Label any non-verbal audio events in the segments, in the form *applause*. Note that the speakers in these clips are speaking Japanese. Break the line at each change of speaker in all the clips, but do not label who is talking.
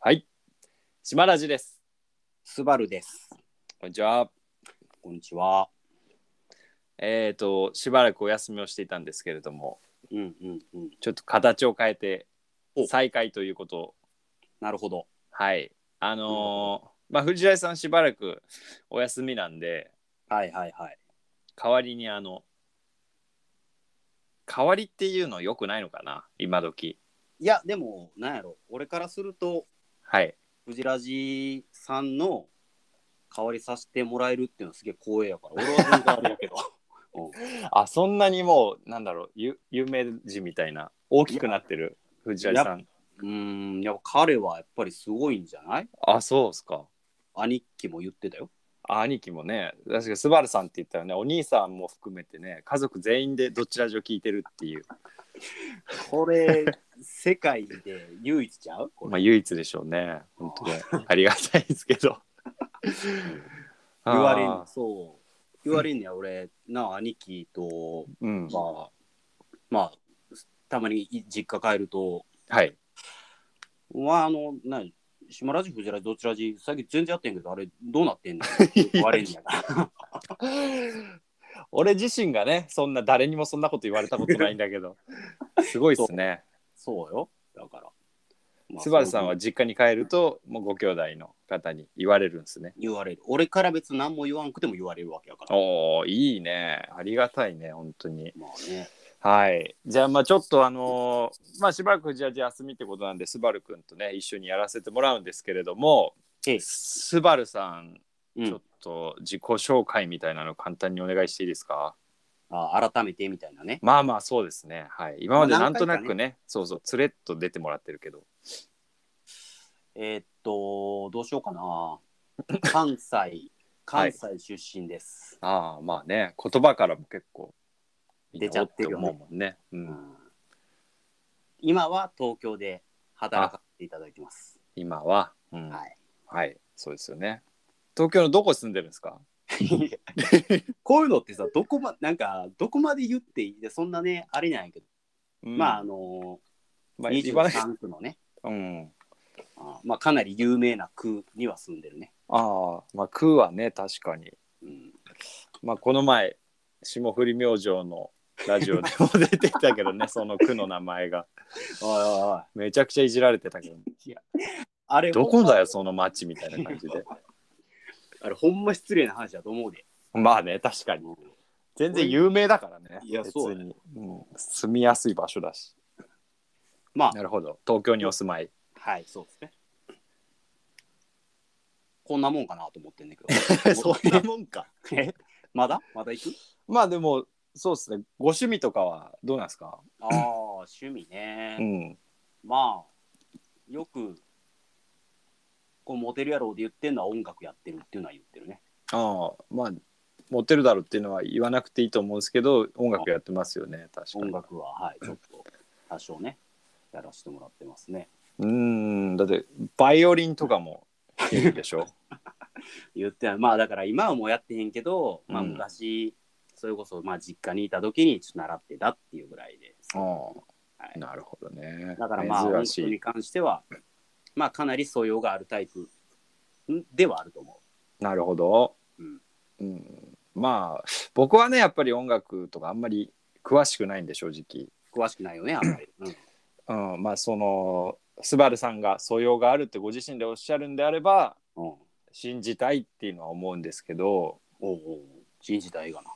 はい。島ラジです。
スバルです。
こんにちは。
こんにちは。
えっ、と、しばらくお休みをしていたんですけれども、
うんうんうん。
ちょっと形を変えて
お
再開ということ。
なるほど。
はい。あのーまあ、藤井さんしばらくお休みなんで、
はいはいはい。
代わりにあの、代わりっていうの良くないのかな今時。
いや、でも、なんやろ。俺からすると、
はい。
藤ラジさんの代わりさせてもらえるっていうのはすげえ光栄やから。俺は全然あれ *laughs* やけど。
あ、そんなにもう、なんだろう、ゆ有名人みたいな、大きくなってる藤井さん。
うーん、やっぱ彼はやっぱりすごいんじゃない
あ、そうですか。
兄貴も言ってたよ。
兄貴もね確かスバルさんって言ったらねお兄さんも含めてね家族全員でどっちラジオ聞いてるっていう、
これ、世界で唯一ちゃうこ
まあ、
れ。
唯一でしょうね本当
*laughs*
ねありがたいですけど
言われん
あー
そう。言われんねや、俺、なあ、兄貴と、
うん
まあ、まあ、たまにい実家帰ると、
はい
まあ、あの、なに、島ラジ、藤ラジ、どちらジ、最近全然やってんけど、あれ、どうな *laughs* ってんの言われんねやから。
俺自身がねそんな誰にもそんなこと言われたことないんだけどすごいですね
そうよ。だから。まあ
スバルさんは
そう
実家に帰るともうご兄弟の方に言われるんですね
言われる。俺から別に何も言わんくても言われるわけやから。
おーいいねありがたいね本当に
まあね。
はい。じゃあ、まあちょっとあのーまあしばらくじゃあじゃあ休みってことなんで、スバルくんとね、一緒にやらせてもらうんですけれども、
ええ
スバルさん、
う
ちょっ
ん、
と自己紹介みたいなの簡単にお願いしていいですか
あ改めてみたいなね。
まあまあそうですね。はい。今までなんとな
ま
く
あ何回か
ね、そうそう、つれっと出てもらってるけど。
えーっと、どうしようかな。関西、関西出身です。
ああ、まあね、言葉からも結構、
出ちゃってるよね
お思うもんね。う。
うんん今は東京で働かせていただいてます。
今は、うん。
はい。
はい。そうですよね。東京のどこ住んでるんですか
いやこういうのってさどこまなんかどこまで言っていいでそんなねあれなんやけど、まああ
うん、
の
まあ、
ー、
言わなきゃ。
23区のね
うん。
あーまあかなり有名な区には住んでるね、
ああまあ空はね確かに
うん、
まあこの前霜降り明星のラジオでも *laughs* 出てきたけどねその区の名前が
おいおいおい
めちゃくちゃいじられてたけど
あれ
どこ
ほんま
だよその町みたいな感じで
あれほんま失礼な話だと思うで
*laughs* まあね確かに全然有名だからね
いや
別
そうだ
に、うん、住みやすい場所だし
まあ
なるほど東京にお住 *laughs* まい
はいそうですねこんなもんかなと思ってんだ
*laughs*
けど
もんか
*laughs* えまだまだ行く
まあでもそうですねご趣味とかはどうなんですか
ああ趣味ね
うん
まあよくこうモテる野郎で言ってんのは音楽やってるっていうのは言ってるね
ああまあモテるだろうっていうのは言わなくていいと思うんですけど音楽やってますよね確かに
音楽ははいちょっと多少ねやらせてもらってますね
うーんだってバイオリンとかも弾けるでし *laughs* ょ
言ってないまあだから今はもうやってへんけど、まあ、
うん
昔、それこそまあ実家にいた時にちょっと習ってたっていうぐらいです、
ああ、
はい
なるほどね
だからまあ音楽
珍し
に
い
関してはまあかなり素養があるタイプんではあると思
なるほど、
うん
うんまあ僕はねやっぱり音楽とかあんまり詳しくないんで正直、
う詳しくないよねあんま
*clears throat*
り、うん、
うん、まあそのスバルさんが素養があるってご自身でおっしゃるんであれば
おう
信じたいっていうのは思うんですけど、
おうおう信じた映画な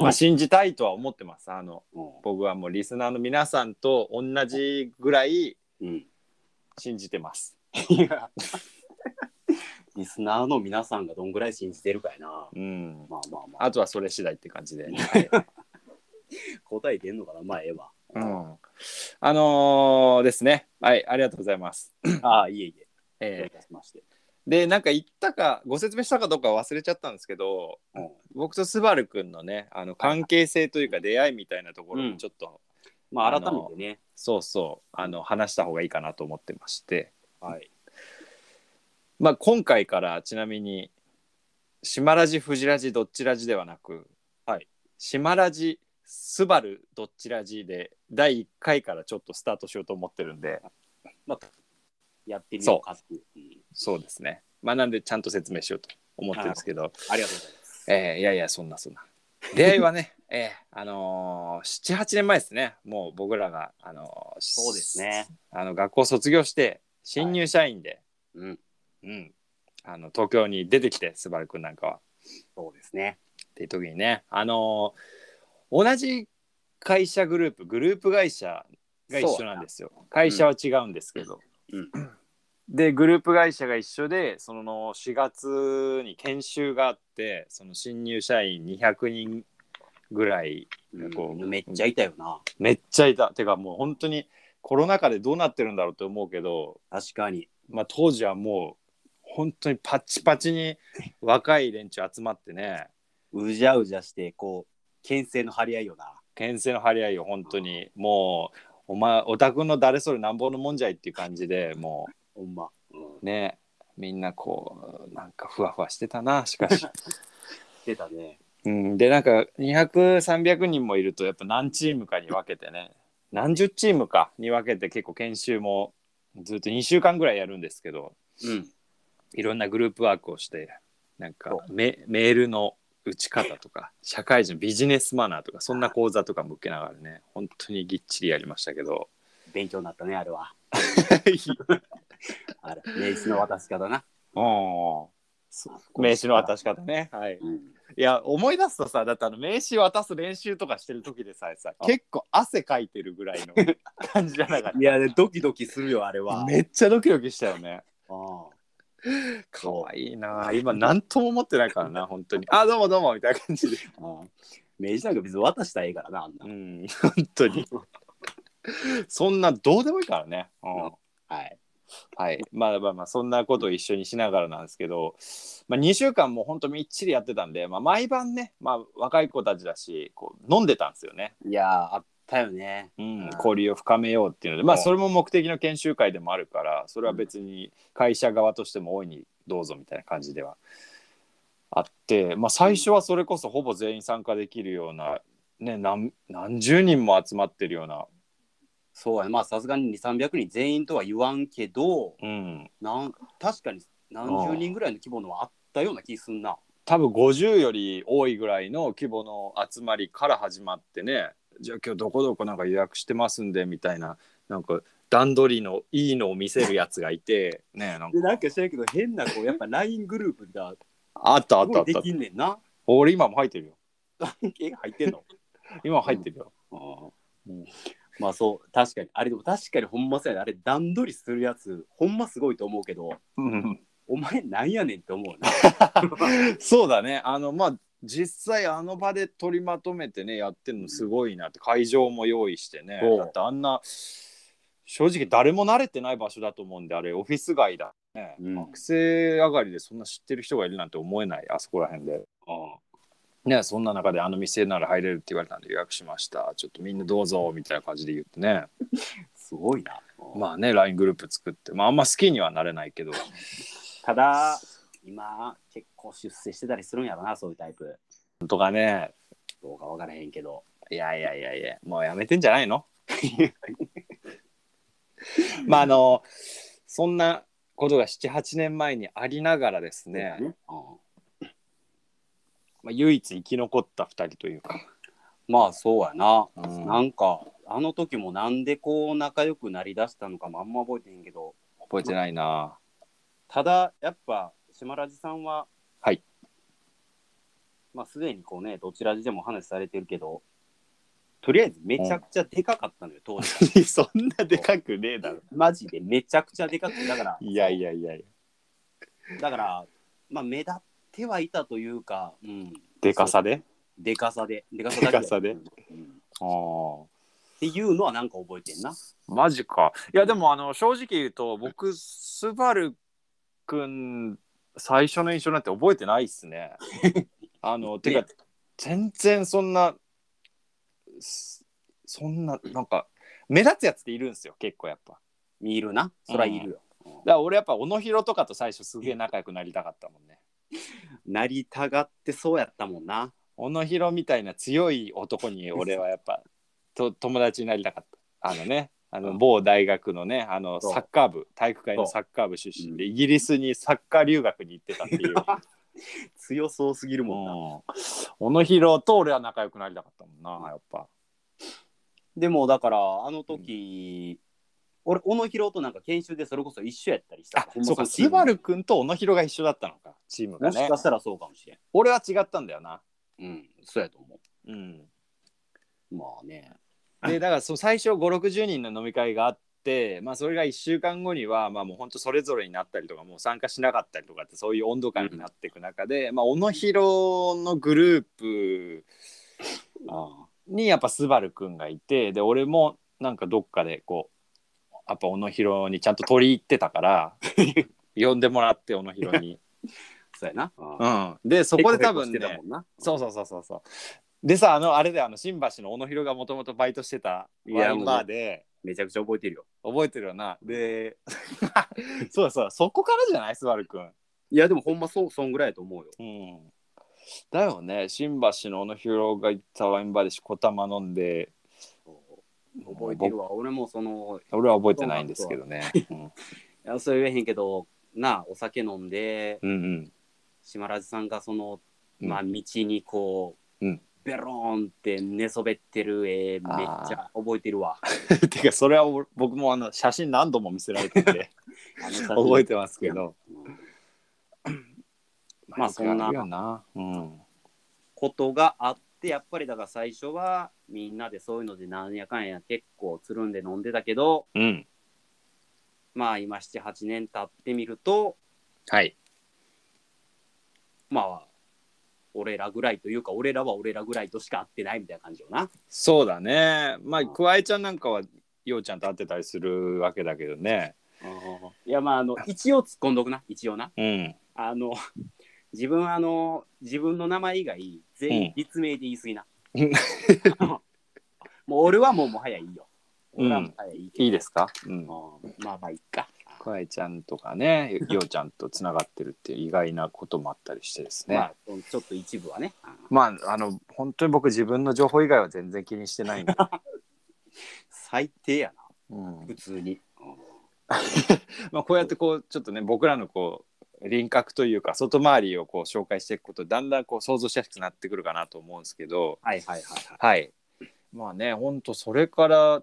まあ、信じたいとは思ってますあの
お
僕はもうリスナーの皆さんと同じぐらい
う
*laughs*
んうん
信じてます
いや、リスナーの皆さんがどんぐらい信じてるかやな。
うん
まあまあまあ、
あとはそれ次第って感じで。
答え出んのかな、まあええわ。
うん、あのーですね。はい、ありがとうございます。
ああ、いえいえ、どう
え
いたしまして。
ーで、なんか言ったか、ご説明したかどうか忘れちゃったんですけど、
うん
僕とスバルくんのね、あの関係性というか出会いみたいなところ
う
も
ん
ちょっと、
ま
あ
あ
の
改めてね、
そうそう、あの話した方がいいかなと思ってまして、
はい。
まあ今回からちなみに、島ラジ、フジラジ、どっちラジではなく、
はい、
島ラジ、スバル、どっちラジで第1回からちょっとスタートしようと思ってるんで、
まあ、やってみようかっていう。うん
そうですね。まあ、なんでちゃんと説明しようと思ってるんですけど、
ありがとうございます。
えーいやいや、そんなそんな。出会いはね、 *laughs* えーあのー、7、8年前ですね。もう僕らが、あのー
そうですね。
あの、学校卒業して、新入社員で、
うん、
うん。あの、東京に出てきて、すばるくんなんかは。
そうですね。
っていう時にね、あのー同じ会社グループ、グループ会社が一緒なんですよ。会社は違うんですけど。
うん
*clears throat* でグループ会社が一緒でその4月に研修があってその新入社員200人ぐらい
うん
こう
めっちゃいたよな。
めっちゃいたてかもう本当にコロナ禍でどうなってるんだろうと思うけど、
確かに。
まあ、当時はもう本当にパッチパチに若い連中集まってね
うじゃうじゃして、こう、牽制の張り合いよな。
牽制の張り合いを本当にもうお前お宅の誰それなんぼのもんじゃいっていう感じでも
ほんま。うん
うねみんなこうなんかふわふわしてたなしかし。
してたね。
うん、でなんか200300人もいるとやっぱ何チームかに分けてね何十チームかに分けて結構研修もずっと2週間ぐらいやるんですけど
うん。
いろんなグループワークをしてなんか
そ
メメールの打ち方とか社会人ビジネスマナーとかそんな講座とかも受けながらね本当にぎっちりやりましたけど
勉強になったね、あれは。
*laughs*
あれ、名刺の渡し方な。
うん名刺の渡し方ね、はい、 *laughs*
うん。
いや思い出すとさだってあの名刺渡す練習とかしてる時でさえさ
あ
結構汗かいてるぐらいの *laughs* 感じじゃなかっ
いや、ドキドキするよ、あれ
た
は。
めっちゃドキドキしたよね
あ
かわいいな今何とも思ってないからな本当にあどうもどうもみたいな感じで
あああ明治なんか別に渡したらええからな、あんな
う。ん *laughs* 本当にそんなどうでもいいからね、うん
はい。
はいまあまあまあそんなことを一緒にしながらなんですけど、まあ、2週間もう本当みっちりやってたんで、まあ、毎晩ね、まあ、若い子たちだしこう飲んでたんですよね
いやー、あったよね。
うん、交流を深めようっていうので、まあ、
うん
それも目的の研修会でもあるからそれは別に会社側としても大いにどうぞみたいな感じではあって、まあ、最初はそれこそほぼ全員参加できるような、ね、何何十人も集まってるような、
そうやね、まあさすがに2、300人全員とは言わんけど、
うん、
なん確かに何十人ぐらいの規模のはあったような気すんな。
多分50より多いぐらいの規模の集まりから始まってねじゃあ今日どこどこなんか予約してますんでみたいななんか段取りのいいのを見せるやつがいてねなんか
でなんか知らんけど変なこうやっぱ LINE グループが
*laughs* あったあ
す
った
ご
あ
い
った
できんねんな。
俺今も入ってるよ
え入って
*laughs*
んの、
今入ってるよ。
うんまあそう確かにあれでも確かにほんまそうやねあれ段取りするやつほんますごいと思うけどお前なんやねんって思
*laughs*
うな。
そうだね。あのまあ実際あの場で取りまとめてねやってるのすごいなって会場も用意してね。
そう
だってあんな正直誰も慣れてない場所だと思うんであれオフィス街だ。ね
うん
学生上がりでそんな知ってる人がいるなんて思えないあそこら辺で。ね、そんな中であの店なら入れるって言われたんで予約しましたちょっとみんなどうぞみたいな感じで言ってね
すごいな。
まあね LINE グループ作ってまああんま好きにはなれないけど
ただ今結構出世してたりするんやろなそういうタイプ。
とかね
どうかわからへんけど。
いやいやいやいや、もうやめてんじゃないの *laughs* まああの、そんなことが7、8年前にありながらですね、
うん
まあ、唯一生き残った2人というか、
まあそうやな、
うん
なんかあの時もなんでこう仲良くなりだしたのかもあんま覚えてへんけど
覚えてないな。
ただやっぱ島ラジさんは
はい
まあすでにこうねどちらでもお話しされてるけどとりあえずめちゃくちゃでかかったのよ、当時
*laughs*
*laughs*
そんなでかくねえだろ。
マジでめちゃくちゃでかくてだから
*laughs* いやいやいやいや、
だからまあ目立ってはいたというか、うん、
でかさで。
でかさででかさだ
で
け
かさで
うん
あー
っていうのはなんか覚えてんな
マジか。いやでもあの正直言うと僕スバルくん最初の印象なんて覚えてないっすね。あのてか
ね
全然そんなすそんななんか目立つやつっているんですよ結構やっぱ。だか
いるなそりゃいるよ、うん
ら俺やっぱ小野広とかと最初すげえ仲良くなりたかったもんね。
なりたがってそうやったもんな。
小野 *laughs* *laughs* 広みたいな強い男に俺はやっぱと友達になりたかった。あのね。あの某大学のねあの
そう
サッカー部体育会のサッカー部出身でイギリスにサッカー留学に行ってたって *laughs* いう、
強そうすぎる
う
もんな、
ん、小野博と俺は仲良くなりたかったもんなやっぱ
でもだからあの時、俺小野博となんか研修でそれこそ一緒やったりした
あそうかスバル君と小野博が一緒だったのかチームが
も
ね
しかしたらそうかもしれん
俺は違ったんだよな
うんそうやと思
うん
うまあね
でだからそう最初560人の飲み会があって、まあ、それが1週間後には、まあ、もう本当それぞれになったりとかもう参加しなかったりとかってそういう温度感になっていく中で、まあ、小野広のグループ
あ
にやっぱスバルくんがいてで俺もなんかどっかでこうやっぱ小野広にちゃんと取り入ってたから呼んでもらって小野広に。
そうやな、
うん、でそこで多分
ヘコヘコしてた
ね
もんな
そうそうそうそうそうでさあのあれであの新橋の小野広がもともとバイトしてたワインバーで。
めちゃくちゃ覚えてるよ
覚えてるよな。で、そうそう、そこからじゃない、スバルくん。
いやでもほんまそうそんぐらいやと思うよ
うん。だよね、新橋の小野広が行ったワインバーでしこたま飲んで、
覚えてるわ俺もその
僕俺は覚えてないんですけどね。うん
いやそう言えへんけどなあお酒飲んで
うん
島らじさんがその、
うん
まあ、道にこう、
うん
ベローンって寝そべってる絵めっち
あー
ゃ覚えて
*laughs*
るわ。
うん。てか、それはお僕もあの写真何度も見せられて *laughs* て、
あの写真
覚えてますけ *laughs* ど。
まあそんな
よくるよな。うん。
ことがあってやっぱりだから最初はみんなでそういうのでなんやかんや結構つるんで飲んでたけど
うん。
まあ今78年経ってみると
はい。
まあ俺らぐらいというか俺らは俺らぐらいとしか会ってないみたいな感じよな。
そうだね。まあ、くわえちゃんなんかは、ようちゃんと会ってたりするわけだけどね。
いやまああの一応突っ込んどくな一応な。
うん。
あの、 *laughs* 自分、あの、自分の名前以外、全
うん
員立命で言い過
*laughs*
ぎな。
うん
あのもう俺はもうもはやいいよ。俺はもはやいいけど
いいですかうん。
うんまあまあいいか。
かえちゃんとかね、ようちゃんとつながってるって意外なこともあったりしてですね。
まあ、ちょっと一部はね。
まあ、あの、本当に僕自分の情報以外は全然気にしてないんで。
最低やな、
うん
普通に。
まあ、こうやってこう、ちょっとね、僕らのこう、輪郭というか、外回りをこう紹介していくこと、だんだんこう想像しやすくなってくるかなと思うんですけど。
はいはいはいはい。
はい。まあね、本当それから、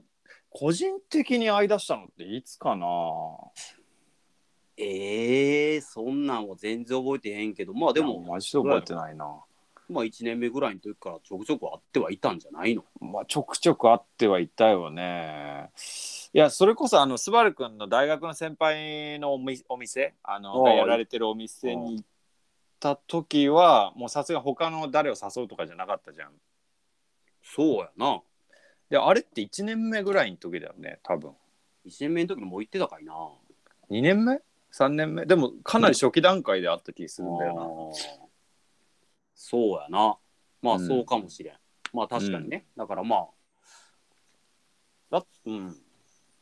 個人的に会い出したのっていつかな。
ええそんなんは全然覚えてへんけど、まあで
いや
も、
マジで覚えてないな。
まあ1年目ぐらいの時からちょくちょく会ってはいたんじゃないの
まあ、ちょくちょく会ってはいたよね。いやそれこそあのスバル君の大学の先輩のおみお店あの
おう
がやられてるお店に行った時はもうさすが他の誰を誘うとかじゃなかったじゃん。
そうやな。
であれって1年目ぐらいの時だよね多分。
1年目の時にもう行ってたかいな。
2年目 ?3 年目でもかなり初期段階であった気するんだよ
あーそうやなまあ
うん
そうかもしれん、まあ確かにね、だからまあだっうん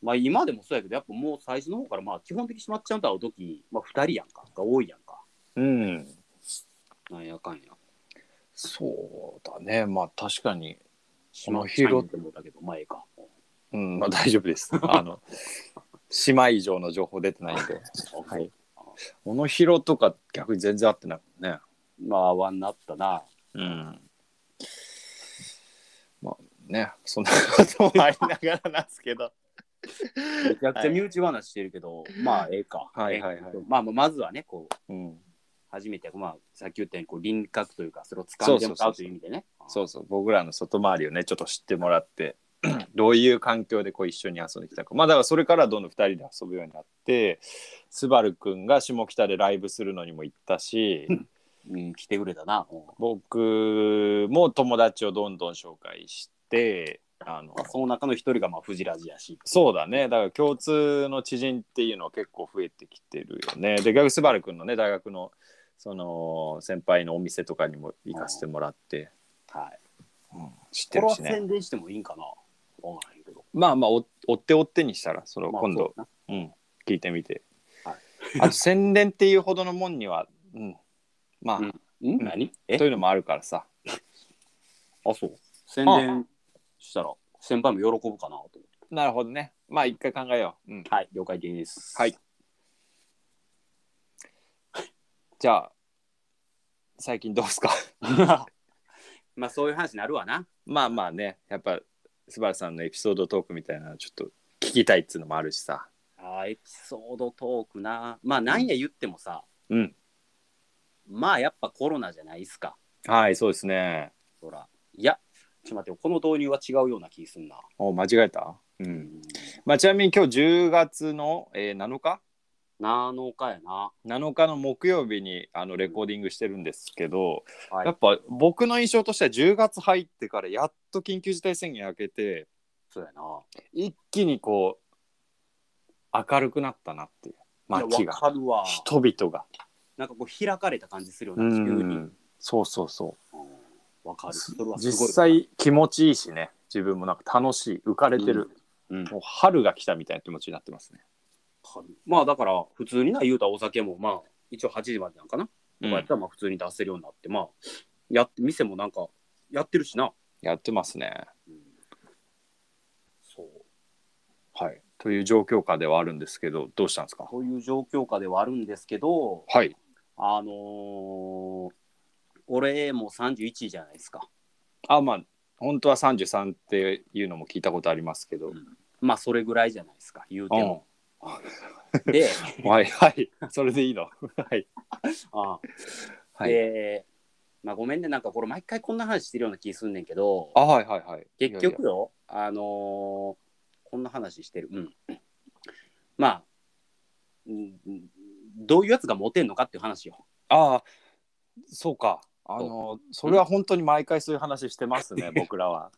まあ今でもそうやけどやっぱもう最初の方からまあ基本的にしまっちゃんと会う時、まあ、2人やんかが多いやんか
な。うん。
なんやかんや
そうだねまあ確かに。
し
の
まっちゃんやと思ったけどまあええか
うんまあ大丈夫 *laughs* です。あの島以上の情報出てないんで。はい小野広とか逆に全然合ってなくてね。
まあはなったな
うん。まあね、そんなこともありながらなんですけど。
めちゃくちゃ身内話してるけど、まあええか
はいはいはい
えっとまあまあまずはねこ
*laughs*
う
うん。
初めてまあさっき言ったようにこう輪郭というかそれを掴んでもらうという意味でね
そうそう、僕らの外回りをね、ちょっと知ってもらって、 *clears throat* どういう環境でこう一緒に遊んできたか。まあだからそれからどんどん2人で遊ぶようになって、スバルくんが下北でライブするのにも行ったし、
うん、来てくれたな。うん
僕も友達をどんどん紹介して、あの
まあ、その中の一人がまあフジラジやし。
そうだねだから共通の知人っていうのは結構増えてきてるよねで逆にスバル君のね大学のその先輩のお店とかにも行かせてもらって、
はい。
知って
これ
る
は
しね
宣伝してもいいんかな。わからへんけど。
まあまあお追って追ってにしたらそれを
まあ
今度、
そう
うん、聞いてみて、
は
あと宣伝っていうほどのもんには、うん、まあ、
うんん何え
というのもあるからさ
あ、そう。宣伝したら先輩も喜ぶかなと思って。
なるほどねまあ一回考えよう。うん。
はい、了解です。 *laughs*
はい。じゃあ、最近どうですか *laughs*
まあ、そういう話になるわな。
まあまあね、やっぱ、スバルさんのエピソードトークみたいなのちょっと聞きたいっつうのもあるしさ。
あーエピソードトークな。まあ、なんや言ってもさ、
うん。
まあ、やっぱコロナじゃないっすか。
はい、そうですね。
そら。いや、ちょっと待ってよ、この導入は違うような気すんな。
お間違えたう。まあ、ちなみに今日10月の、えー7日
7日やな。
7日の木曜日にあのレコーディングしてるんですけど、
はい
やっぱ僕の印象としては10月入ってからやっと緊急事態宣言明けて
そうやな。
一気にこう明るくなったなっていう
い
街
や
が
わかるわ。
人々が
なんかこう開かれた感じするよ
う
な、急に。うん
んそうそうそ
わかる。それ
う
はすごい。
実、際気持ちいいしね自分もなんか楽しい浮かれてる、
うん、わ
もう春が来たみたいな気持ちになってますね、
かるまあだから、普通にな、言うたらお酒もまあ、一応8時までなんかな。とかやったらまあ普通に出せるようになって、まあ、やって、店もなんか、やってるしな。
やってますね
そう。
はいという状況下ではあるんですけどどうしたんですか
こういう状況下ではあるんですけど、
はい
あのー俺も31じゃないですか。
あまあ本当は33っていうのも聞いたことありますけど、
うんまあ、それぐらいじゃないですか、言うても。
う
で、 *laughs*
ん、はいはいそれでいいのはい
あ
は
で、まあ、ごめんね、なんかこれ、毎回こんな話してるような気すんねんけど、
あはいはいはい
結
いやい
局よ、あのーこんな話してる。うん。まあ、うんうんどういうやつがモテんのかっていう話よ。
やああそうかあのそれは本当に毎回そういう話してますね、僕らは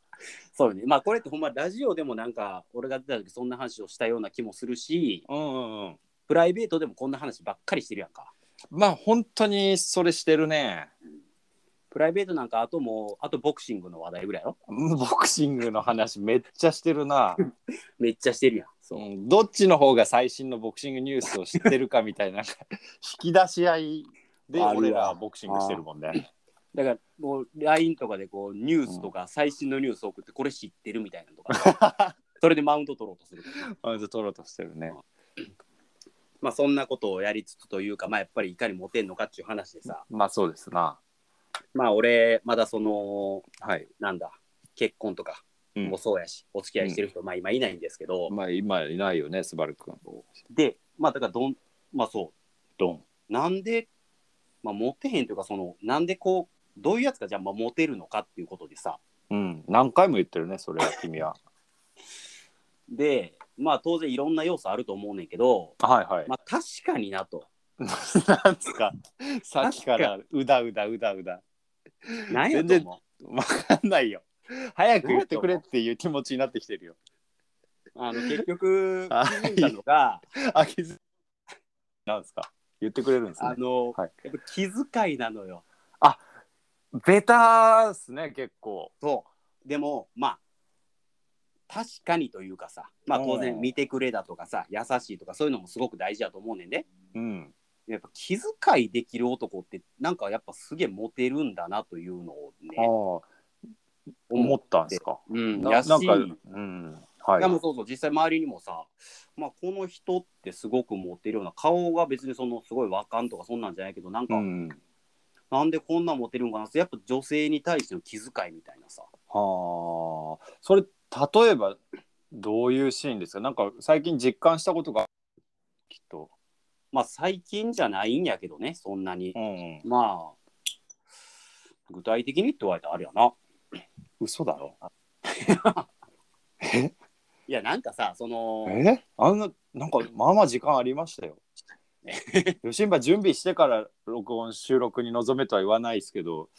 そうよね。まあ、これってほんまラジオでもなんか、俺が出た時そんな話をしたような気もするし、
うんうんうん
プライベートでもこんな話ばっかりしてるやんか。
まあ本当にそれしてるね
プライベートなんかあともうあとボクシングの話題ぐらいよ
うんボクシングの話めっちゃしてる *laughs* な、
めっちゃしてるやんそうう、
ん、どっちの方が最新のボクシングニュースを知ってるかみたいな引き出し合いで
あるわ
俺らはボクシングしてるもんね *laughs*
だからもう LINE とかでこうニュースとか最新のニュース送ってこれ知ってるみたいなのとか、それでマウント取ろうとする
あず取ろうとしてるね
まあそんなことをやりつつというかまあやっぱりいかにモテんのかっていう話でさ
まあそうですな
まあ俺まだその
はい、
なんだ結婚とか
うん
もそうやし、お付き合いしてる人、まあ今いないんですけど、
まあ今いないよね、スバル君。
でまあだからどんまあそう
ドン。
なんで、まあ、モテへんというかそのなんでこうどういうやつがじゃあまあモテるのかっていうことでさ
うん、何回も言ってるね、それは君は。
でまあ当然いろんな要素あると思うねんけど、
*laughs* はいはい。
まあ、確かになと
*laughs* なんつか、さっきからうだうだうだうだ。
何やと
全
思
わかんないよ。早く言ってくれっていう気持ちになってきてるよ。
うあの結局
*laughs* あ
気づいたのが
あ、気づなんですか言ってくれるんです
あ
ね。
の、
はい
やっぱ気遣いなのよ
ベターっすね、結構。
そうでもまあ確かにというかさまあ当
う
然
ん
見てくれだとかさ優しいとかそういうのもすごく大事だと思うねんで
うん。
やっぱ気遣いできる男ってなんかやっぱすげえモテるんだなというのをね
ああ、思ったんですか。
うん、
な
やし
なんか、うん。はい
やもうそうそう実際周りにもさ、まあ、この人ってすごくモテるような顔が別にそのすごいわかんとかそんなんじゃないけどなん
い。う
か、
ん。
なんでこんなモテるんかなってやっぱ女性に対しての気遣いみたいなさ
はあそれ例えばどういうシーンですかなんか最近実感したことがきっと、
まあ最近じゃないんやけどねそんなに、
んうん、
まあ具体的にって言われたらあれやな
嘘だろ
いやなんかさその
えあんななんかまあまあ時間ありました *laughs* よ吉村準備してから録音収録に臨めとは言わないですけど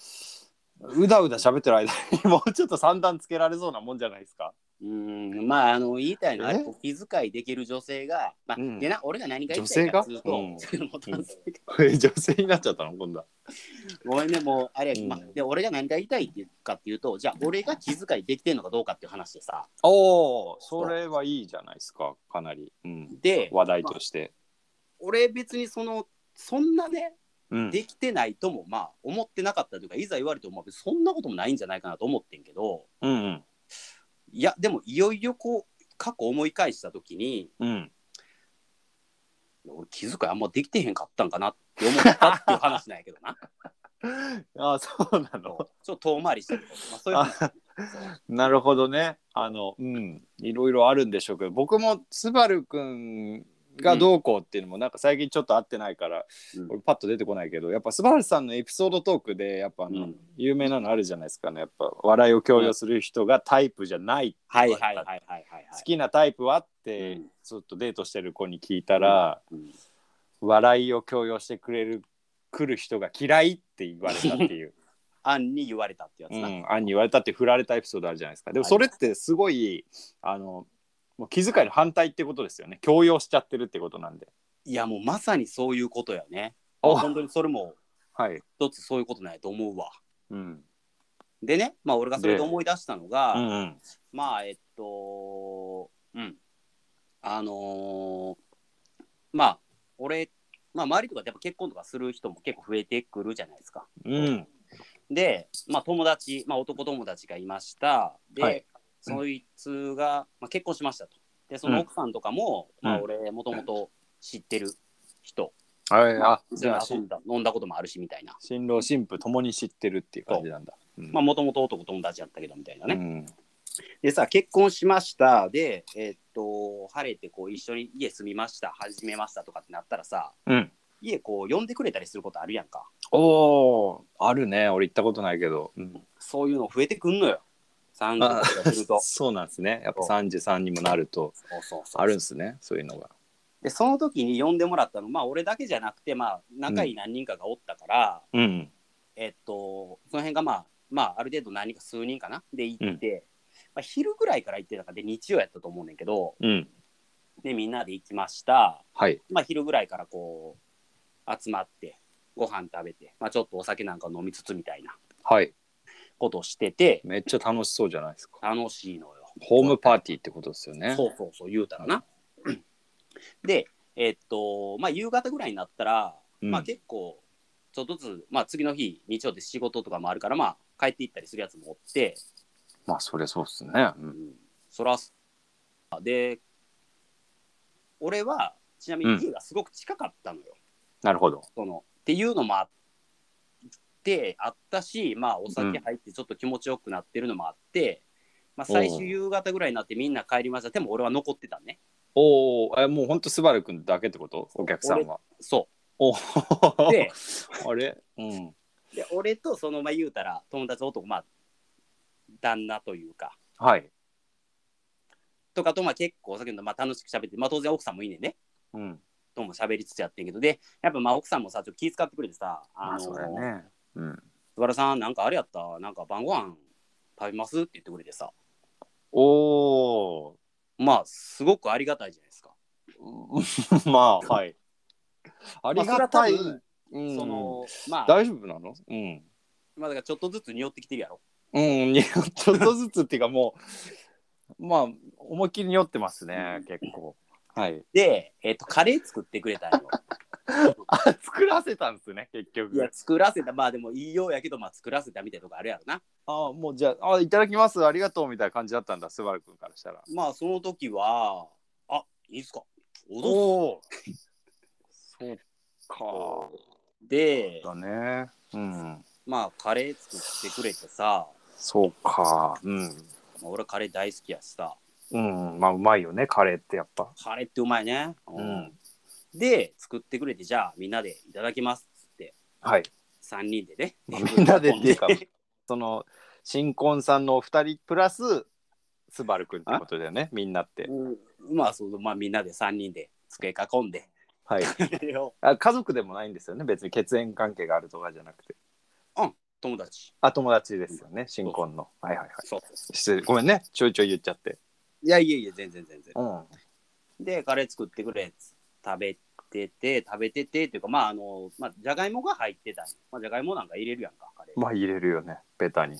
うだうだ喋ってる間にもうちょっと三段つけられそうなもんじゃないですか
うんまああの言いたいのは
え
こう気遣いできる女性が、まあ
うん
でな俺が何が言いたいかっていうと、
女 *laughs* 女性になっちゃったの今度は
*laughs* ごめんね、もう、あれや、
うん
まあ、で、俺が何が言いたいっていうかっていうと、じゃあ、俺が気遣いできてんのかどうかっていう話でさ、
おおそれはいいじゃないですかかなり、うん、
で、
話題として、
俺別にその、そんなね、
うん
できてないとも、まあ、思ってなかったというか、いざ言われても、まあ、そんなこともないんじゃないかなと思ってんけど、
うんうん
いや、でも、いよいよこう、過去思い返した時に
うん。
俺気遣いあんまできてへんかったんかなって思ったっていう話なんやけど *laughs* な
あそうな
そ
の
う。ちょっと遠回りしたけど、まあ、そういう話
なるほどね。あの、うん、いろいろあるんでしょうけど、僕もスバルくんがどうこうっていうのも、なんか最近ちょっと会ってないから、
うん
俺パッと出てこないけど、やっぱスバルさんのエピソードトークで、やっぱあの、
うん
有名なのあるじゃないですかね。やっぱ笑いを強要する人がタイプじゃないって
はい
言われた
はいはいはいはいはい
好きなタイプはって、
うん
ちょっとデートしてる子に聞いたら、
うん
笑いを強要してくれる来る人が嫌いって言われたっていう。
アンに言われたってやつ
う
な、
ん、兄言われたって振られたエピソードあるじゃないですかでもそれってすごい、あのもう気遣いの反対ってことですよね強要しちゃってるってことなんで
いやもうまさにそういうことやね
お
本当にそれも
はい、
一つそういうことないと思うわ
うん
でねまあ俺がそれで思い出したのが、
うんうん、
まあえっとうんあのーまあ俺まあ周りとかってやっぱ結婚とかする人も結構増えてくるじゃないですか
うん
でまあ友達まあ男友達がいましたで、
はい
そいつが、まあ、結婚しましたとでその奥さんとかも、
うん
まあ俺もともと知ってる人、
はいあ
一
じ
緒
ゃあ
に遊
し
んだ飲んだこともあるしみたいな
新郎新婦ともに知ってるっていう感じなんだうん
まあもともと男友達やったけどみたいなね、
うん
でさ結婚しましたでえーっと晴れてこう一緒に家住みました始めましたとかってなったらさ
うん、
家こう呼んでくれたりすることあるやんか
おおあるね俺行ったことないけど、うん、
そういうの増えてくんのよ30とかすると
そうなんですねやっぱ
そう
33にもなると
そうそうそう
あるんですねそういうのが
でその時に呼んでもらったのまあ俺だけじゃなくてまあ仲いい何人かがおったから、
うん
えっとその辺がまあまあある程度何人か数人かなで行って、まあ、昼ぐらいから行ってたからで日曜やったと思うねんけど
うん
でみんなで行きました
はい
まあ、昼ぐらいからこう集まってご飯食べて、まあ、ちょっとお酒なんか飲みつつみたいな
はい
ことをしてて
めっちゃ楽しそうじゃないですか
楽しいのよ。
ホームパーティーってことですよね
そうそうそう言うたらな。 *clears throat* でえっとまあ夕方ぐらいになったら、
うん
まあ結構ちょっとずつ、まあ、次の日日曜で仕事とかもあるからまあ帰っていったりするやつもおって、
まあそれそうっすね、うん
うんそらで俺はちなみに家がすごく近かったのよ。
なるほど
そのっていうのもあってあったし、まあ、お酒入ってちょっと気持ちよくなってるのもあって、まあ、最
おう
終夕方ぐらいになってみんな帰りましたでも俺は残ってたね
おお、え、もう本当スバル君だけってこと、お客さんは。
そ
お
う
お。
で
*laughs* あれ、うん、
で俺とそのまあ言うたら友達男まあ旦那というか
はい、
とかとまあ結構お酒飲んで、まあ、楽しく喋って、まあ、当然奥さんもいいねんね
うん、
とも喋りつつやってんけどでやっぱまあ奥さんもさちょっと気遣ってくれてさ「
ま
あの
そうだよね。うん。
スバルさんなんかあれやったなんか晩ご飯食べます?」って言ってくれてさ
おお、
まあすごくありがたいじゃないです
*laughs*
か。
まあ、はい。ありがたい。
まあそれは多分
うん
そのまあ、
大丈夫なの。うん。
まあ、だからちょっとずつ匂ってきてるやろ。
うん、にちょっとずつっていうか、もう。まあ、思いっきりに酔ってますね、結構。はい。
で、えっとカレー作ってくれた
*laughs*
んよ。
あ、作らせたんですね、結
いや
局。
作らせたまあでもいいようやけど、まあ、作らせたみたいなとこあるやろな。
あ、もう、じゃあ、あ、いただきます、ありがとうみたいな感じだったんだ、スバル君からしたら。
まあその時はあいいっすかおどっ
おお。そうか。
で
だね。うん。
まあカレー作ってくれてさ、
そうか。うん。
まあ、俺カレー大好きやしさ
うん。まあうまいよね。カレーってやっぱ。
カレーってうまいね。
う
う
ん
で作ってくれてじゃあみんなでいただきますっつって
はい。
3人でね。
*laughs* みんなでって *laughs* いうかその新婚さんのお二人プラススバルくんってことだよね。みんなって。
うんまあそうまあみんなで3人で机囲
*laughs*
んで。
はい。あ家族でもないんですよね。別に血縁関係があるとかじゃなくて。
友達。
あ友達ですよね。新婚の。はいはいはい。
そうそうそ
失礼ごめんね。ちょいちょい言っちゃって。
ういやいやいや、全然全然。
うん。
で、カレー作ってくれっつって。食べてて、食べてて、っていうか、まあ、あの、まあ、じゃがいもが入ってたんよまあ、じゃがいもなんか入れるやんか、カレー。
まあ入れるよね。ベタに。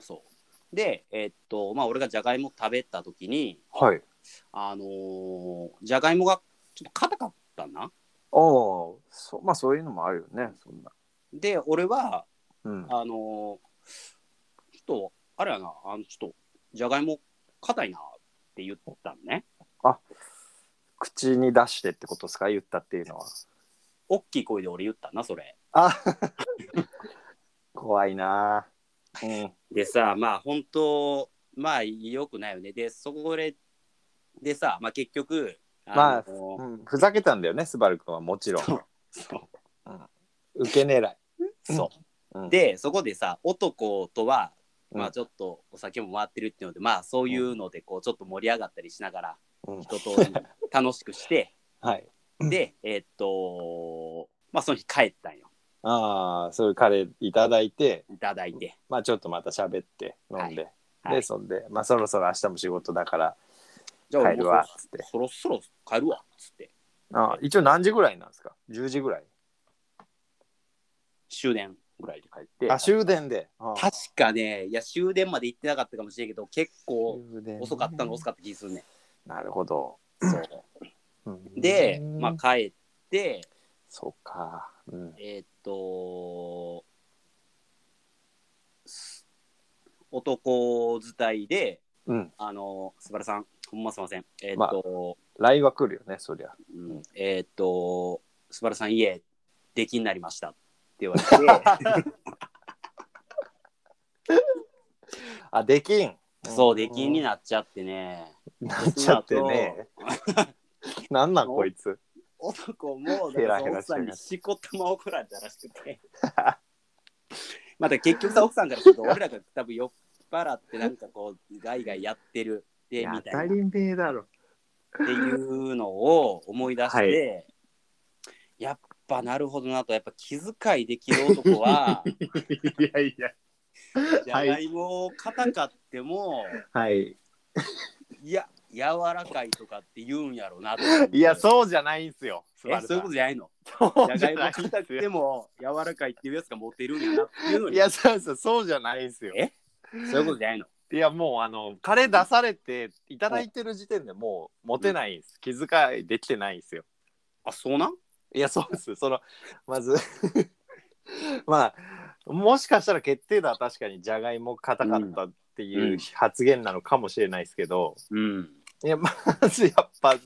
そう。で、えっと、まあ、俺がじゃがいも食べた時に、
はい。
あのーじゃがいもがちょっと硬かったな。
ああ、そまあそういうのもあるよね。そんな。
で、俺は、
うん。
あのーちょっと、あれやな、あの、ちょっと、じゃがいも硬いなっって言ったのね。
口に出してってことですか言ったっていうのは
大きい声で俺言ったな、それ。
あ *laughs* 怖いなあうん
でさ、まあ本当、まあ良くないよね。で、そこで、でさ、まあ結局、
まあ
あの
うんふざけたんだよねスバル君はもちろん
そうそ
受け狙い、
うそう
うん、
で、そこでさ、男とは、
うん
まあちょっとお酒も回ってるっていうので、まあそういうので、こう、ちょっと盛り上がったりしながら、
うん
人と楽しく
*laughs*
して、
はい
で、えーっと、まあその日帰ったんよ。
ああそういう彼いただいて
いただいて。
まあちょっとまた喋って飲んで、
はい
でそんでまあそろそろ明日も仕事だから
じゃあ
帰るわ
もう
つって
そそろそろ帰るわ、つって。
ああ一応何時ぐらいなんですか10時ぐらい
終電ぐらいで帰って。
あ終電でああ
確かね、いや終電まで行ってなかったかもしれんけど、結構
終電ね
遅かったの遅かった気するね。
なるほど、
そう
うん
で、まあ帰って、
そうか、うん、
えーっと、す男伝いで、
うん
あの、すばらさん、ほんますいません。えーっと、
まあ LINE は来るよねそりゃ
うん、えーっと、すばらさん、家、出禁になりましたって言
*laughs*
われ
あできん
て、そう、出禁になっちゃってね、
なっちゃってね *laughs* なんなんこいつ
男も
ヘラヘラ
おっ
しな
さ
がら
んにしこたま怒られたらしくて *laughs* また結局さ奥さんからすると俺らが多分酔っ払ってなんかこうガイガイやってるでみたいなって
前だろ
いうのを思い出して、
は
やっぱなるほどなとやっぱ気遣いできる男
*laughs*
は
いやいや
じゃがいもを硬かっても
はい
いや柔らかいとかって言うんやろうなと
いや
う
そうじゃないんすよ
えそういうことじゃないの
そ
じ
う
ゃ
じ
が
ゃ
いも
ないん
硬
す
くて
よ
も柔らかいっていうやつがモテるんやなっていうの
い
に
やそうそうそうじゃないんすよ
えそういうことじゃないの。
いやもうあのカレー出されていただいてる時点でもうモテないんです、気遣いできてないんですよ
あ、そうなん
いやそうですそのまず *laughs* まあもしかしたら決定打は確かにじゃがいも硬かったっていう発言なのかもしれないですけど、
うん。
いやまずやっぱ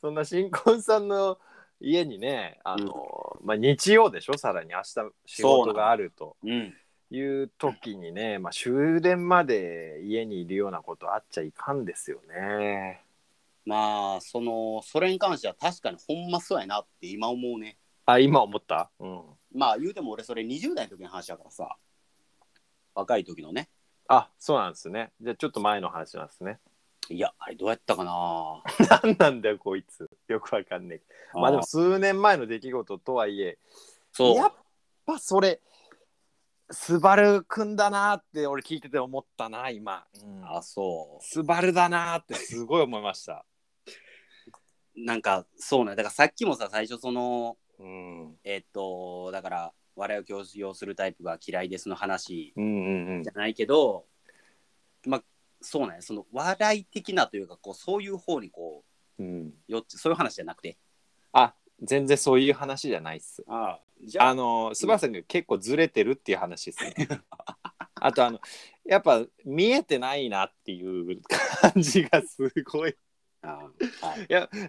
そんな新婚さんの家にねあの、まあ、日曜でしょさらに明日仕事があると
うん。
いう時にね、まあ、終電まで家にいるようなことあっちゃいかんですよね。
まあ、その、それに関しては確かにほんまそうやなって今思うね。
あ今思った、うん、
まあ、言うても俺それ20代の時の話だからさ。若い時のね。
あそうなんですねじゃあちょっと前の話なんですね。
いや、あれどうやったかな。
何なんだよこいつよくわかんねえ *laughs* まあでも
ー、
数年前の出来事とはいえ
そう。
やっぱそれスバルくんだなって俺聞いてて思ったな今、うん
あ、そ
スバルだなってすごい思いました。
う。なんか、そうなんだからさっきもさ、最初その、
うん、うん
えっと、だから、笑いを強要するタイプが嫌いですの話
うんうん
じゃないけど、まあ、そうなんや。その、笑い的なというか、こう、そういう方にこ
うん
う、よっちそういう話じゃなくて。
あ全然そういう話じゃないっす。
ああ、じゃあ
あのスバルさんが結構ずれてるっていう話ですね。あとあのやっぱ見えてないなっていう感じがすごい。
あ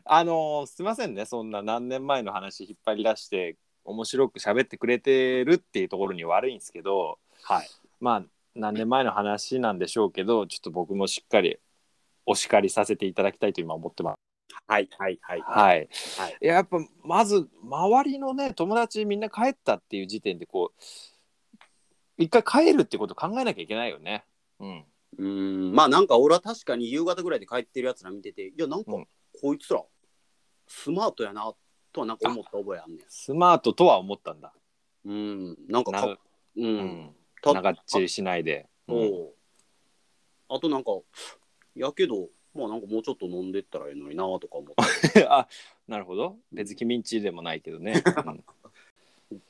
あのすいませんねそんな何年前の話引っ張り出して面白く喋ってくれてるっていうところに悪いんですけど
はい。
まあ何年前の話なんでしょうけどちょっと僕もしっかりお叱りさせていただきたいと今思ってます。
はいはいはい。
はい、
はい
いややっぱまず周りのね友達みんな帰ったっていう時点でこう一回帰るってこと考えなきゃいけないよね。うん、
うーん、まあなんか俺は確かに夕方ぐらいで帰ってるやつら見てて、いやなんか
うん
こいつらスマートやなとはなんか思った覚えあんね
スマートとは思ったんだ。
ん。うん、なんか
な
か、う、
うんん、
た
長っちりしないで。うん
そうあとなんか、やけど、まあなんかもうちょっと飲んでったらええのになとか思 *laughs* っ
*laughs*
て。
あなるほど別に君んちでもないけど *laughs* ね。うん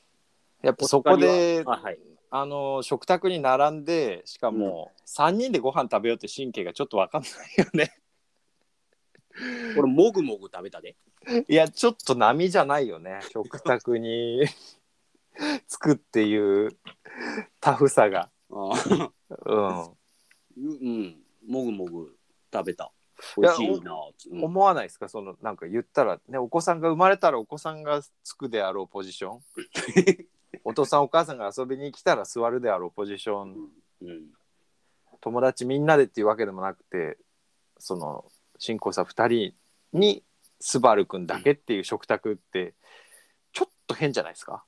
やっぱそこで、
あはい。
あの食卓に並んでしかも3人でご飯食べようって神経がちょっと分かんないよね。 *laughs*
俺もぐもぐ食べたで。
いやちょっと波じゃないよね食卓に *laughs* つくっていうタフさが、
あー
うん、
うん、もぐもぐ食べた。美味しいなぁうん
思わないですかそのなんか言ったらねお子さんが生まれたらお子さんがつくであろうポジションお父さんお母さんが遊びに来たら座るであろうポジション
*laughs* うん
友達みんなでっていうわけでもなくてその新婚さん2人にスバルくんだけっていう食卓ってちょっと変じゃないですか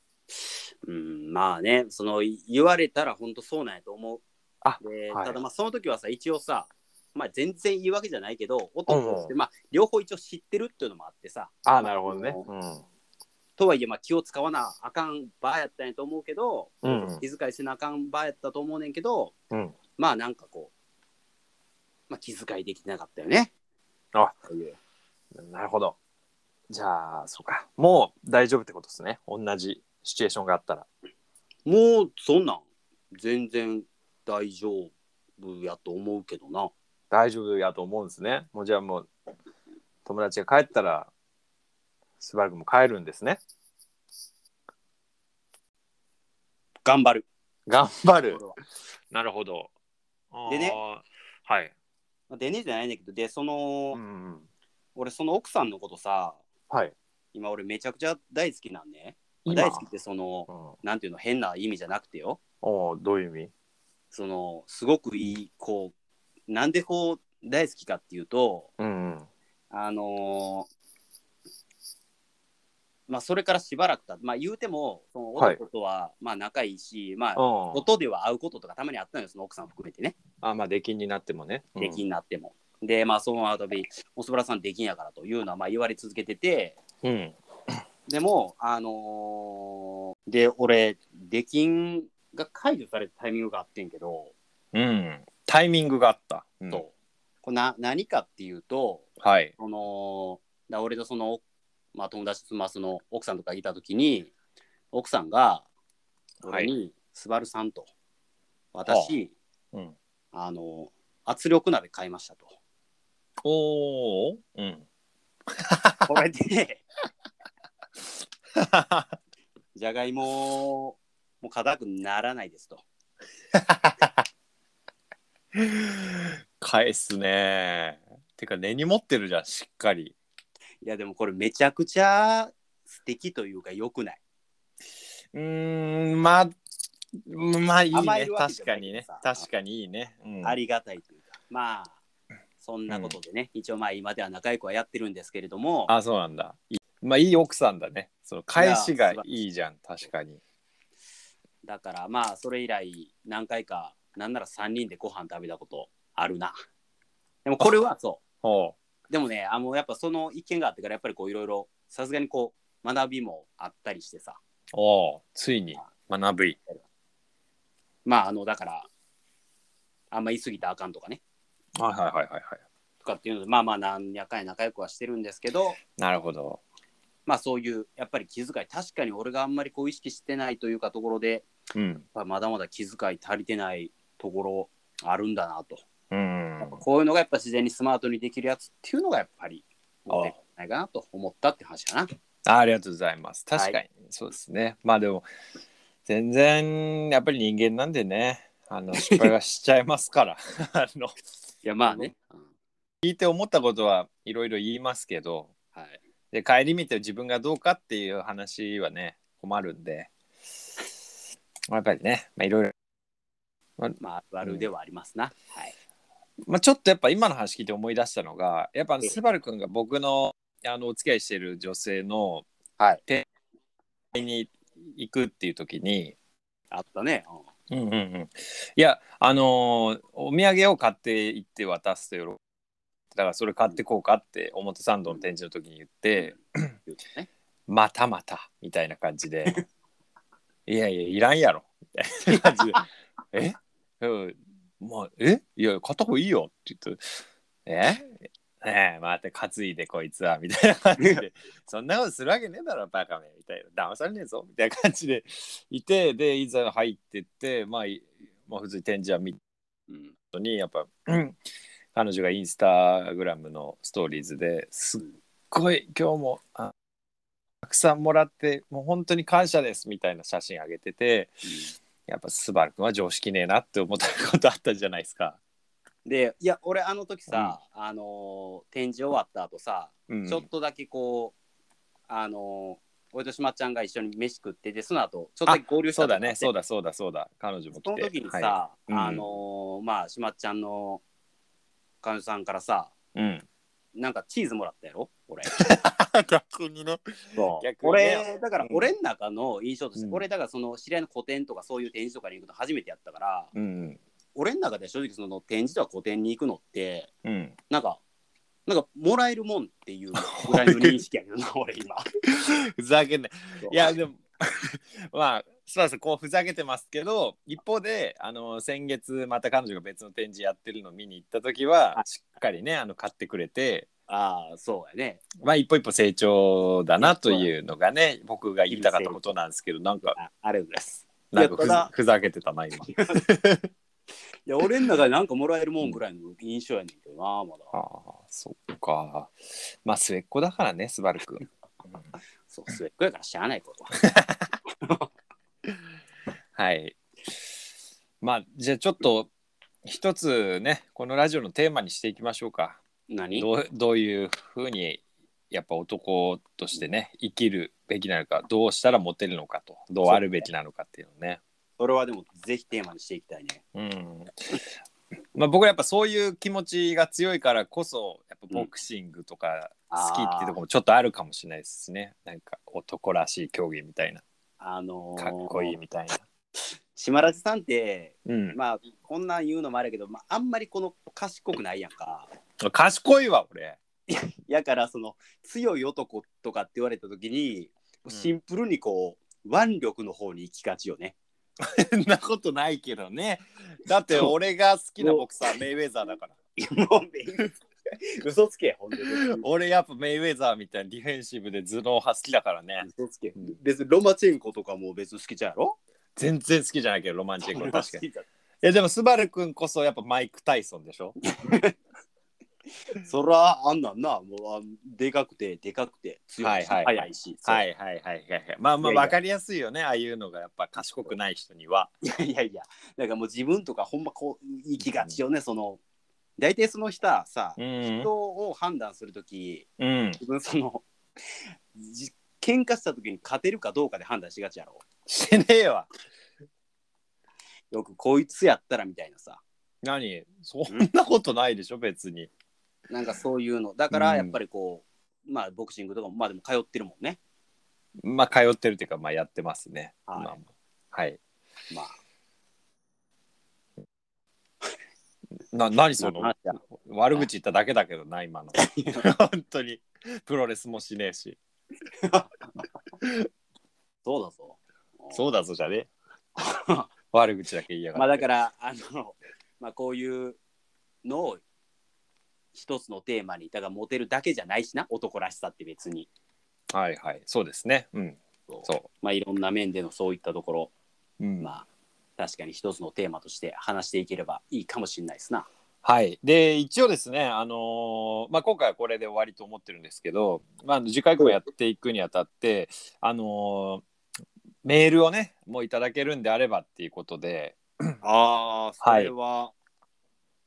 うん、まあねそのい言われたら本当そうなんやと思う
あ
で、
はい
ただまあその時はさ一応さまあ全然言うわけじゃないけど男として、まあ両方一応知ってるっていうのもあってさ
ああなるほどね、
う
うん、
とはいえまあ気を使わなあかん場やったんやと思うけど、
うんうん
気遣いせなあかん場やったと思うねんけど、
うん
まあなんかこう、まあ、気遣いできてなかったよね
あ
そういう
なるほどじゃあそうかもう大丈夫ってことですね同じシチュエーションがあったら
もうそんなん全然大丈夫やと思うけどな
大丈夫やと思うんですねもうじゃあもう友達が帰ったらスバルくんも帰るんですね
頑張る
頑張
俺
る
は
なるほど
でね
はい、
まあ出ねえじゃないねんだけどでその、
うんうん、
俺その奥さんのことさ
はい
今俺めちゃくちゃ大好きなんね
今
大好きってその
うん
なんていうの変な意味じゃなくてよ
おおどういう意味
そのすごくいいこうなんでこう大好きかっていうと
うんうん
あのーまあそれからしばらくたまあ言うてもその
はい
男とはまあ仲いいし、まあ
あ
音では会うこととかたまにあったのよその奥さん含めてね
あまあ出禁になってもね
出禁になっても、でまあその後で「おそばらさん出禁やから」というのはまあ言われ続けてて
うん、うん
でも、あのーで、俺、出禁が解除されたタイミングがあってんけど、
うんタイミングがあった、うん
そうこれな何かっていうと、
はい
そのだ俺とその、まあ、友達と、まあ、その奥さんとかいた時に、奥さんが俺に、スバルさんと、私、
うん
あの圧力鍋買いましたと。
おおうん
これで、 *laughs* じゃがいももう硬くならないですと。
返すねてか根に持ってるじゃんしっかり
いやでもこれめちゃくちゃ素敵というか良くない。
うーんまあまあいい
甘え
ね
るわけじ
確
ゃな
か
いけ
に
ど
ね
さ
確かにいいね、うん、
ありがたいというか。まあそんなことでね、一応まあ今では仲良くはやってるんですけれども、
あそうなんだいいまあいい奥さんだねその返しがいいじゃん確かに
だからまあそれ以来何回かなんなら3人でご飯食べたことあるな。でもこれはそ
ほ
う。でもね、あのやっぱその意見があってからやっぱりこういろいろさすがにこう学びもあったりしてさ。
うおうついに学び
まああのだからあんま言い過ぎたらあかんとかね。
はいはいはいはいはい
とかっていうのでまあまあなんやかんや仲良くはしてるんですけど、
なるほど
まあそういうやっぱり気遣い確かに俺があんまりこう意識してないというかところで
うん
まあまだまだ気遣い足りてないところあるんだなと、
うん
こういうのがやっぱ自然にスマートにできるやつっていうのがやっぱり
ああ
持ってないかなと思ったって話かな
あありがとうございます。確かに、そうですね。まあでも全然やっぱり人間なんでねあの失敗はしちゃいます
*laughs*
からあの
いやまあね、うん
聞いて思ったことはいろいろ言いますけど
はい
で帰り見て自分がどうかっていう話はね困るんでやっぱりねまあいろいろ、
まああるあるではありますな、はい
まあ、ちょっとやっぱ今の話聞いて思い出したのがやっぱあのスバル君が僕のあのお付き合いしてる女性の
はい
店に行くっていう時に、
あったね、
うんうんうん、いやあのーお土産を買って行って渡すとよろだからそれ買ってこうかって表参道の展示の時に言って
うん言うてね
「またまた」みたいな感じで *laughs* 「いやいやいらんやろ」みたいな感じで *laughs* 「えうんまあえいや買った方がいいよ」って言って「えねえまた担いでこいつは」みたいな感じで *laughs* 「そんなことするわけねえだろバカめ」みたいな「騙されねえぞ」みたいな感じでいてでいざ入ってって、まあ、いまあ普通に展示は見
うん
後にやっぱ、うん彼女がインスタグラムのストーリーズですっごい今日もあたくさんもらってもう本当に感謝ですみたいな写真あげててやっぱスバル君は常識ねえなって思ったことあったじゃないですか。
でいや俺あの時さ、あのー展示終わった後さ、
うん
ちょっとだけこうあのー俺としまっちゃんが一緒に飯食ってでその後ちょっとだけ合流した
そうだ
時が
ね
あって
そうだそうだそうだ彼女も来て
その時にさ、
はうん
あのーまあしまっちゃんの彼女さんからさ
いうん、
なんかチーズもらったやろ
*laughs*
俺
逆にね
そう
逆にね
俺だから
うん
俺の中の印象として、
うん
俺だからその知り合いの古典とかそういう展示とかに行くの初めてやったから、
うん
俺の中では正直その展示とか古典に行くのって
うん
なんかなんかもらえるもんっていうぐらいの認識やけどな *laughs* 俺今
ふざけんないいや
そう
でも *laughs* まあそうそうこうふざけてますけど一方であの先月また彼女が別の展示やってるのを見に行った時はしっかりねあの買ってくれて
ああそうやね
まあ一歩一歩成長だなというのがね僕が言いたかったことなんですけどなんか
あありがとうございます
なんかふ
いやた
ざ
だ
ふざけてたな
*laughs*
今。
いや俺の中でなんかもらえるもんぐらいの印象やねんけどなまだ
ああそっかまあ末っ子だからねスバルくん。
そう末っ子やからしゃあないこと
はい。まあじゃあちょっと一つねこのラジオのテーマにしていきましょうか。
何
どうどういうふうにやっぱ男としてね生きるべきなのかどうしたらモテるのかとどうあるべきなのかっていうのね。
それはでもぜひテーマにしていきたいね
うんまあ、僕はやっぱそういう気持ちが強いからこそやっぱボクシングとか
うん
好きっていうところもちょっとあるかもしれないですね、なんか男らしい競技みたいな
あのー、
かっこいいみたいな。
島田さんって
うん、
まあこんなん言うのもあるけど、まあ、あんまりこの賢くないやんか
賢いわ俺 *laughs*
やからその強い男とかって言われた時に
うん
シンプルにこう腕力の方に行きがちよね。 *laughs*
そんなことないけどねだって俺が好きなボクサーメイウェザーだから
いやもうめ嘘つけほんで
*laughs* 俺やっぱメイウェザーみたいなディフェンシブで頭脳派好きだからね
嘘つけ
うん
別にロマチェンコとかも別に好きじゃやろ
全然好きじゃないけどロマンチックは確かにい
に
やでもスバルくんこそやっぱマイク・タイソンでしょ
そらあんなんなもうあんでかくてでかくて強いし、
はいはい
速いしそう
はいはいはいはいはい。まあまあ
いやいや
分かりやすいよね、ああいうのがやっぱ賢くない人には。
いやいやいやだからもう自分とかほんまこう行きがちよね、その大体その人はさ、
うん
人を判断する時
うん。
自分そのじ喧嘩した時に勝てるかどうかで判断しがちやろ
してねえわ。
よくこいつやったらみたいなさ
何そんなことないでしょ、別に。
なんかそういうのだからやっぱりこう、まあボクシングとかもまあでも通ってるもんね
まあ通ってるっていうか、まあやってますね。
はい
まあはい。
まあ
*laughs* な何そ
ま
の
あじゃあ
悪口言っただけだけどな、今の。本当に。プロレスもしねえし。
そうだぞ
そうだぞじゃねえ。 *laughs* 悪口だけ言いやが
まあ
って。
だからあの *laughs* まあこういうのを一つのテーマにだからモテるだけじゃないしな男らしさって別に
はいはい。そうですね。うん。そ
まあいろんな面でのそういったところ
う。うん、
まあ確かに一つのテーマとして話していければいいかもしれないですな
はい、で一応ですね、あのーまあ、今回はこれで終わりと思ってるんですけど、まあ、あの次回以降やっていくにあたって、あのーメールをねもういただけるんであればっていうことで、
ああ、そ
はい
れは、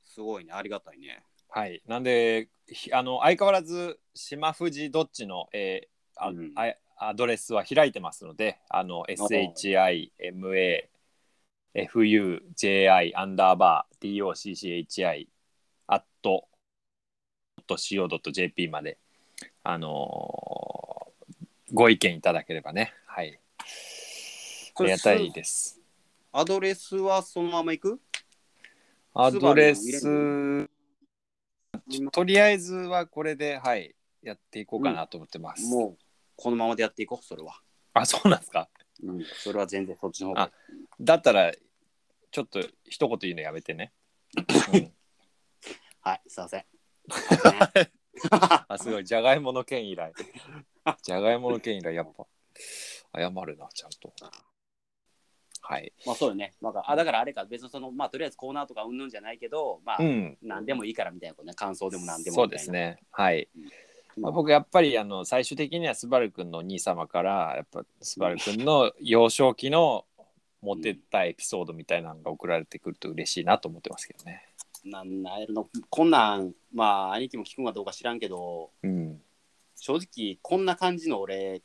すごいね。ありがたいね。
はい、なんでひあの相変わらず島富士どっちの、えーあ
うん
あアドレスは開いてますのであの SHIMAFUJI アンダーバー DOCCHI アット .co.jp まで、あのーご意見いただければね、はい、ありがたいです。
アドレスはそのまま行く
アドレス
スバル
とりあえずはこれで、はい、やっていこうかなと思ってます。
もう、このままでやっていこう、それは。
あそうなんですか
うん、それは全然そっちの方が。
だったらちょっと一言言うのやめてね、うん
はい、すいません。
あすごいじゃがいもの件以来じゃがいもの件以来やっぱ謝るなちゃんとはい
*laughs* まあそうよね。まあ、あだからあれか、別にその、まあとりあえずコーナーとかうんぬんじゃないけど、まあ、
うん
何でもいいからみたいなことね。感想でも何でも
そう
みた
で
いな
す。ねはい、
うん
まあ、僕やっぱりあの最終的にはスバルくんの兄様からやっぱスバルくんの幼少期のモテたエピソードみたいなのが送られてくると嬉しいなと思ってますけどね
なんなんやろのこんなんまあ兄貴も聞くんかどうか知らんけど
うん
正直こんな感じの俺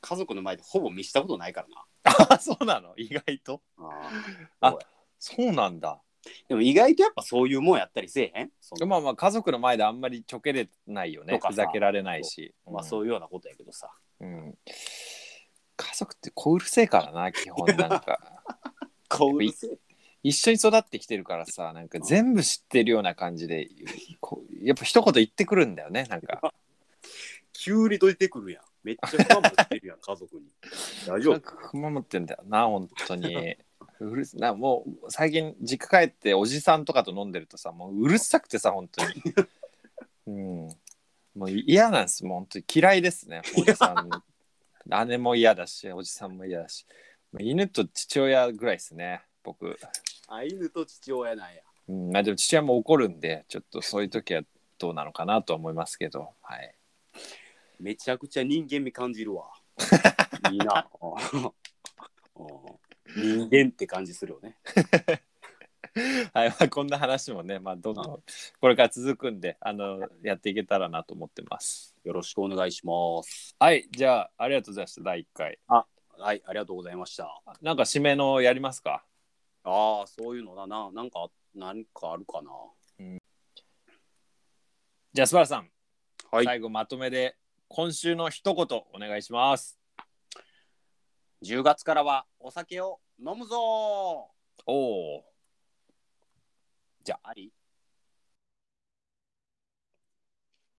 家族の前でほぼ見したことないからな
*laughs* あそうなの意外と
あ
*laughs* あ
ー
そうなんだ
でも意外とやっぱそういうもんやったりせえへんその
まあまあ家族の前であんまりちょけれないよ
そ
ね
うか
ふざけられないし
まあ
うん、
そういうようなことやけどさ
うん、家族って小うるせえからな基本なん
*laughs*
か
こううるせえ
一緒に育ってきてるからさなんか全部知ってるような感じでこうやっぱ一言言ってくるんだよねなんか
急に出てくるやんめっちゃ不安してるやん家族に大
*laughs*
丈
なんか熊持ってんだよな本当にうるせなもう最近実家帰っておじさんとかと飲んでるとさもううるさくてさ本当にうんもう嫌なんですもう本当に嫌いですねおじさん姉も嫌だしおじさんも嫌だしもう犬と父親ぐらいですね僕、
夫アイヌと父親なんや
うん、まあでも父親も怒るんでちょっとそういう時はどうなのかなとは思いますけどはい
めちゃくちゃ人間味感じるわ *laughs* いいな *laughs* うん人間って感じするよね
はい、まあ、こんな話もね、まあ、どんどんこれから続くんであのやっていけたらなと思ってます。
よろしくお願いします
はい、じゃあありがとうございました第1回。
はいありがとうございました
なんか締めのやりますか
ああそういうのだななんか何かあるかな
じゃあスパラさん、
はい
最後まとめで今週の一言お願いします。
10月からはお酒を飲むぞ
おお
じゃああり